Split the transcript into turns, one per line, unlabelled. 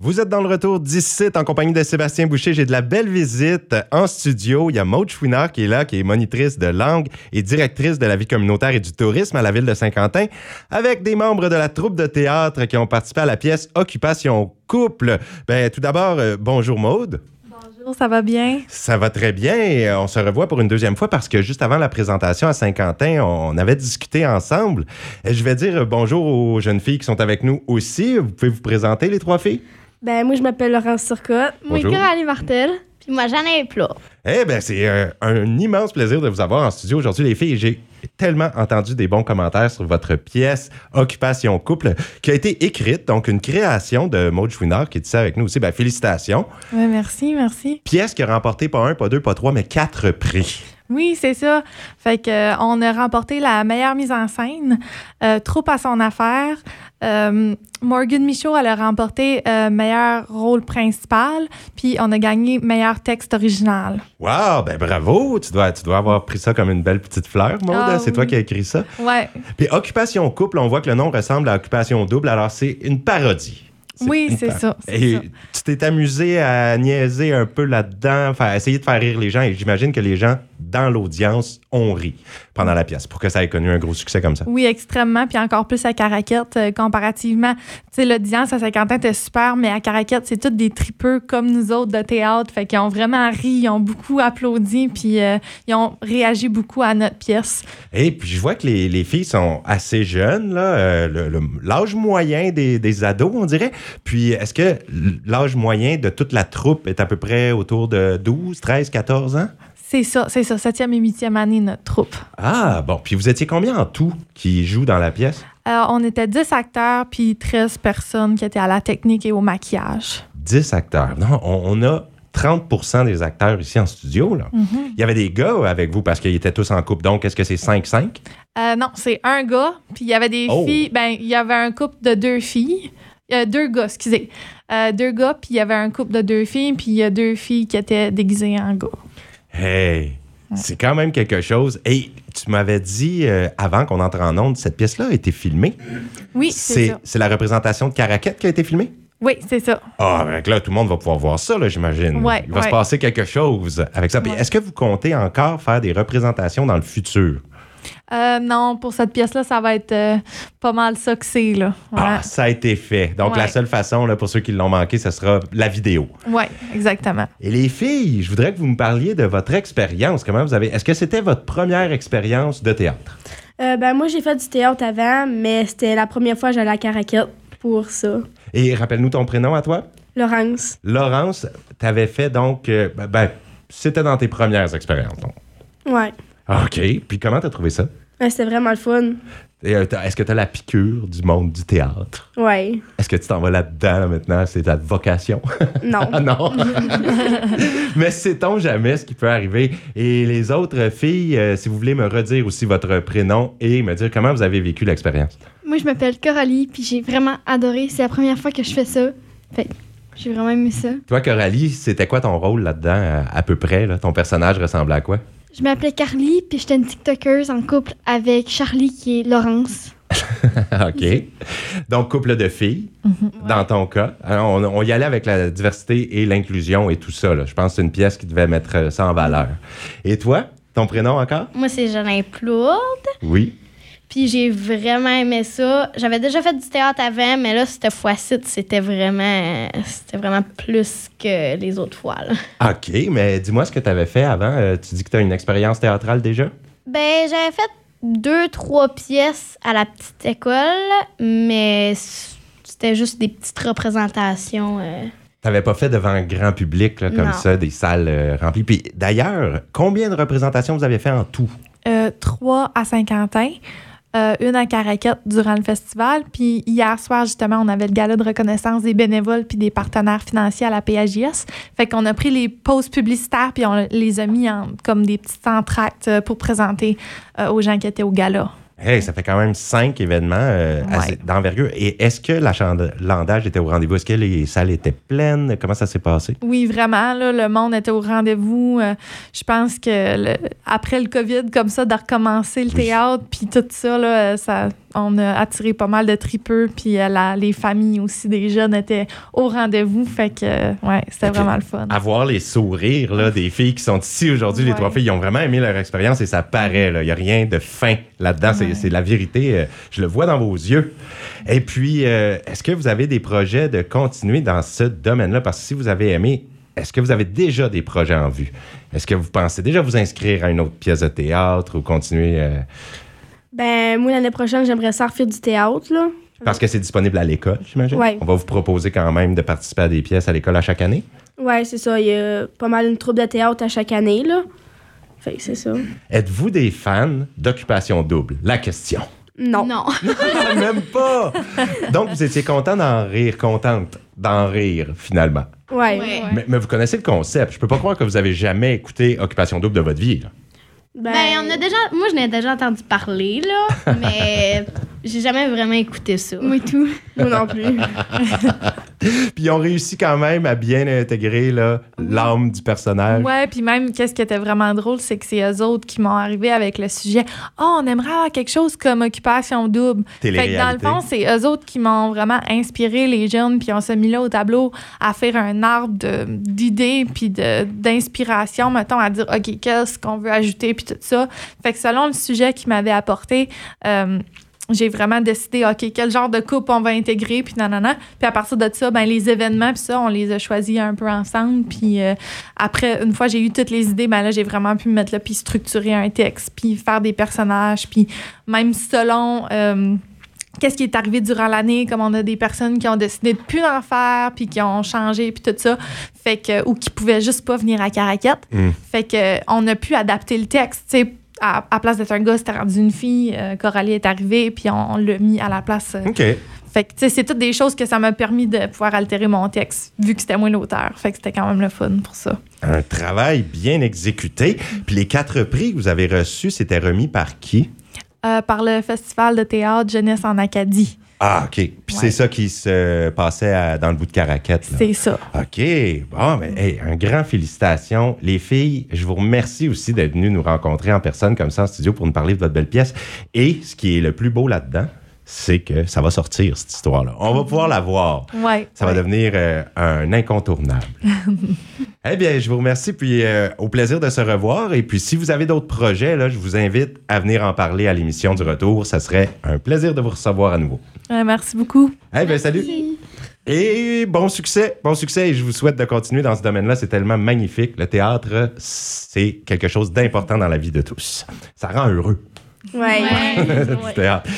Vous êtes dans le retour d'ici en compagnie de Sébastien Boucher. J'ai de la belle visite en studio. Il y a Maud Chouinard qui est là, qui est monitrice de langue et directrice de la vie communautaire et du tourisme à la ville de Saint-Quentin, avec des membres de la troupe de théâtre qui ont participé à la pièce Occupation Couple. Ben, tout d'abord, euh, bonjour Maude.
Bonjour, ça va bien?
Ça va très bien. Et, euh, On se revoit pour une deuxième fois parce que juste avant la présentation à Saint-Quentin, on on avait discuté ensemble. Et Je vais dire euh, bonjour aux jeunes filles qui sont avec nous aussi. Vous pouvez vous présenter, les trois filles?
Ben, moi, je m'appelle Laurence Turcotte.
Moi, Bonjour.
Coralie Martel. Puis moi, j'en ai plus.
Eh bien, c'est euh, un immense plaisir de vous avoir en studio aujourd'hui, les filles. J'ai tellement entendu des bons commentaires sur votre pièce Occupation Couple, qui a été écrite, donc une création de Maud Chouinard, qui est ici avec nous aussi. Ben, félicitations.
Ouais, merci, merci.
Pièce qui a remporté pas un, pas deux, pas trois, mais quatre prix.
Oui, c'est ça. Fait que, euh, on a remporté la meilleure mise en scène, euh, Troupe à son affaire. Euh, Morgan Michaud, elle a remporté euh, meilleur rôle principal, puis on a gagné meilleur texte original.
Wow, ben bravo! Tu dois, tu dois avoir pris ça comme une belle petite fleur, Maud.
Ah,
c'est toi
oui.
qui as écrit ça.
Ouais.
Puis Occupation Couple, on voit que le nom ressemble à Occupation Double, alors c'est une parodie.
Oui,
une
c'est
par-
ça. c'est
Et
ça.
tu t'es amusé à niaiser un peu là-dedans, enfin, à essayer de faire rire les gens. Et j'imagine que les gens dans l'audience ont ri pendant la pièce pour que ça ait connu un gros succès comme ça.
Oui, extrêmement. Puis encore plus à Caraquette, euh, comparativement. Tu sais, l'audience à Saint-Quentin était super, mais à Caraquette, c'est tous des tripeux comme nous autres de théâtre. Fait qu'ils ont vraiment ri, ils ont beaucoup applaudi, puis euh, ils ont réagi beaucoup à notre pièce.
Et puis je vois que les, les filles sont assez jeunes, là, euh, le- le- l'âge moyen des, des ados, on dirait. Puis est-ce que l'âge moyen de toute la troupe est à peu près autour de 12, 13, 14 ans?
C'est ça, c'est ça, septième et huitième année, notre troupe.
Ah, bon. Puis vous étiez combien en tout qui jouent dans la pièce?
Alors, on était 10 acteurs, puis 13 personnes qui étaient à la technique et au maquillage.
10 acteurs. Non, on, on a 30 des acteurs ici en studio. Là.
Mhm.
Il y avait des gars avec vous parce qu'ils étaient tous en couple. Donc, est-ce que c'est 5-5?
Euh, non, c'est un gars, puis il y avait des
Oh.
filles. Ben, il y avait un couple de deux filles. Euh, deux gars, excusez. Euh, deux gars, puis il y avait un couple de deux filles, puis il y a deux filles qui étaient déguisées en gars.
Hey! C'est quand même quelque chose. Et tu m'avais dit euh, avant qu'on entre en onde, cette pièce-là a été filmée.
Oui, c'est
C'est
ça.
c'est la représentation de Caraquette qui a été filmée?
Oui, c'est ça.
Ah, donc là, tout le monde va pouvoir voir ça, là, j'imagine.
Ouais,
Il va se
ouais.
passer quelque chose avec ça. Puis
Ouais.
Est-ce que vous comptez encore faire des représentations dans le futur?
Euh, non, pour cette pièce-là, ça va être euh, pas mal ça que c'est, là. Ouais.
Ah, ça a été fait. Donc,
Ouais.
la seule façon, là, pour ceux qui l'ont manqué, ce sera la vidéo.
Ouais, exactement.
Et les filles, je voudrais que vous me parliez de votre expérience. Comment vous avez. Est-ce que c'était votre première expérience de théâtre?
Euh, ben, moi, j'ai fait du théâtre avant, mais c'était la première fois que j'allais à Caracat pour ça.
Et rappelle-nous ton prénom à toi.
Laurence.
Laurence, t'avais fait donc. euh, ben, ben, c'était dans tes premières expériences, donc.
Ouais.
OK. Puis comment t'as trouvé ça?
Ben, c'était vraiment le fun.
Et, euh, t'as- Est-ce que t'as la piqûre du monde du théâtre?
Ouais.
Est-ce que tu t'en vas là-dedans là, maintenant? C'est ta vocation?
Non.
Ah non! Mais sait-on jamais ce qui peut arriver? Et les autres filles, euh, si vous voulez me redire aussi votre prénom et me dire comment vous avez vécu l'expérience.
Moi, je m'appelle Coralie, puis j'ai vraiment adoré. C'est la première fois que je fais ça. Fait que j'ai vraiment aimé ça.
Toi, Coralie, c'était quoi ton rôle là-dedans, euh, à peu près? là? Ton personnage ressemblait à quoi?
Je m'appelais Carly, puis j'étais une TikTokeuse en couple avec Charlie, qui est Laurence.
OK. Donc, couple de filles, dans ton cas. Alors, on, on y allait avec la diversité et l'inclusion et tout ça. là. Je pense que c'est une pièce qui devait mettre euh, ça en valeur. Et toi, ton prénom encore?
Moi, c'est Jeanne Plourde.
Oui.
Puis j'ai vraiment aimé ça. J'avais déjà fait du théâtre avant, mais là, cette fois-ci, c'était vraiment, c'était vraiment plus que les autres fois. là.
OK, mais dis-moi ce que tu avais fait avant. Euh, tu dis que tu as une expérience théâtrale déjà?
Ben, j'avais fait deux, trois pièces à la petite école, mais c'était juste des petites représentations. euh.
T'avais pas fait devant un grand public là, comme
Non.
ça, des salles euh, remplies. Puis d'ailleurs, combien de représentations vous avez fait en tout?
Euh, trois à Saint-Quentin, euh, une à Caraquette durant le festival. Puis hier soir, justement, on avait le gala de reconnaissance des bénévoles puis des partenaires financiers à la PAJS. Fait qu'on a pris les pauses publicitaires puis on les a mis en, comme des petites entractes euh, pour présenter euh, aux gens qui étaient au gala.
Hey, ça fait quand même cinq événements euh,
Ouais.
assez- d'envergure. Et est-ce que l'achalandage était au rendez-vous? Est-ce que les salles étaient pleines? Comment ça s'est passé?
Oui, vraiment. Là, le monde était au rendez-vous. Euh, je pense que le- après le COVID, comme ça, de recommencer le
Oui.
théâtre, puis tout ça, là, euh, ça, on a attiré pas mal de tripeux. Puis euh, la- les familles aussi des jeunes étaient au rendez-vous. Fait que, euh, ouais, c'était
Ok. Ah,
vraiment le fun.
À voir les sourires là, des filles qui sont ici aujourd'hui, les
Ouais.
trois filles, ils ont vraiment aimé leur expérience et ça paraît. là. Il n'y a rien de fin là-dedans. C'est- C'est la vérité. euh, je le vois dans vos yeux. Et puis, euh, est-ce que vous avez des projets de continuer dans ce domaine-là? Parce que si vous avez aimé, est-ce que vous avez déjà des projets en vue? Est-ce que vous pensez déjà vous inscrire à une autre pièce de théâtre ou continuer... euh,
Ben, moi, l'année prochaine, j'aimerais ça refaire du théâtre, là.
Parce que c'est disponible à l'école, j'imagine.
Ouais.
On va vous proposer quand même de participer à des pièces à l'école à chaque année.
Ouais, c'est ça. Il y a pas mal une troupe de théâtre à chaque année, là. Fait que c'est ça.
Êtes-vous des fans d'Occupation Double? La question.
Non.
Non.
même pas! Donc, vous étiez content d'en rire, contente d'en rire, finalement.
Ouais.
Ouais.
Mais, mais vous connaissez le concept. Je peux pas croire que vous avez jamais écouté Occupation Double de votre vie. là.
Ben,
Ben, on a déjà. Moi, je n'ai déjà entendu parler, là, mais j'ai jamais vraiment écouté ça.
Moi et tout.
moi non plus.
Puis, on réussit quand même à bien intégrer là, l'âme du personnage.
Ouais, puis même, qu'est-ce qui était vraiment drôle, c'est que c'est eux autres qui m'ont arrivé avec le sujet. Oh, on aimerait avoir quelque chose comme occupation double. Fait que dans le
Télé-réalité.
fond, c'est eux autres qui m'ont vraiment inspiré, les jeunes, puis on s'est mis là au tableau à faire un arbre de- d'idées, puis de- d'inspiration, mettons, à dire, OK, qu'est-ce qu'on veut ajouter, puis tout ça. Fait que selon le sujet qu'ils m'avaient apporté, euh, j'ai vraiment décidé, OK, quel genre de coupe on va intégrer, puis nanana. Puis à partir de ça, ben, les événements, puis ça, on les a choisis un peu ensemble. Puis euh, après, une fois j'ai eu toutes les idées, ben là, j'ai vraiment pu me mettre là, puis structurer un texte, puis faire des personnages, puis même selon... euh, Qu'est-ce qui est arrivé durant l'année, comme on a des personnes qui ont décidé de plus en faire, puis qui ont changé, puis tout ça, fait que, ou qui pouvaient juste pas venir à Caraquette.
Mm.
Fait que, on a pu adapter le texte, tu sais, à, à place d'être un gars, c'était rendu une fille. euh, Coralie est arrivée, puis on, on l'a mis à la place. euh.
OK.
Fait que, tu sais, c'est toutes des choses que ça m'a permis de pouvoir altérer mon texte, vu que c'était moi l'auteur. Fait que c'était quand même le fun pour ça.
Un travail bien exécuté. Puis, les quatre prix que vous avez reçus, c'était remis par qui?
Euh, par le Festival de théâtre Jeunesse en Acadie.
Ah, OK. Puis c'est
Ouais.
ça qui se passait à- dans le bout de Caraquette. là.
C'est ça.
OK. Bon, ben, hey, un grand félicitation. Les filles, je vous remercie aussi d'être venues nous rencontrer en personne comme ça en studio pour nous parler de votre belle pièce. Et ce qui est le plus beau là-dedans, c'est que ça va sortir, cette histoire-là. On va pouvoir la voir.
Ouais.
Ça va devenir euh, un incontournable. eh bien, je vous remercie, puis euh, au plaisir de se revoir. Et puis, si vous avez d'autres projets, là, je vous invite à venir en parler à l'émission du retour. Ça serait un plaisir de vous recevoir à nouveau.
Ouais, merci beaucoup.
Eh bien, salut. Et bon succès, bon succès. Et je vous souhaite de continuer dans ce domaine-là. C'est tellement magnifique. Le théâtre, c'est quelque chose d'important dans la vie de tous. Ça rend heureux,
Ouais.
le théâtre.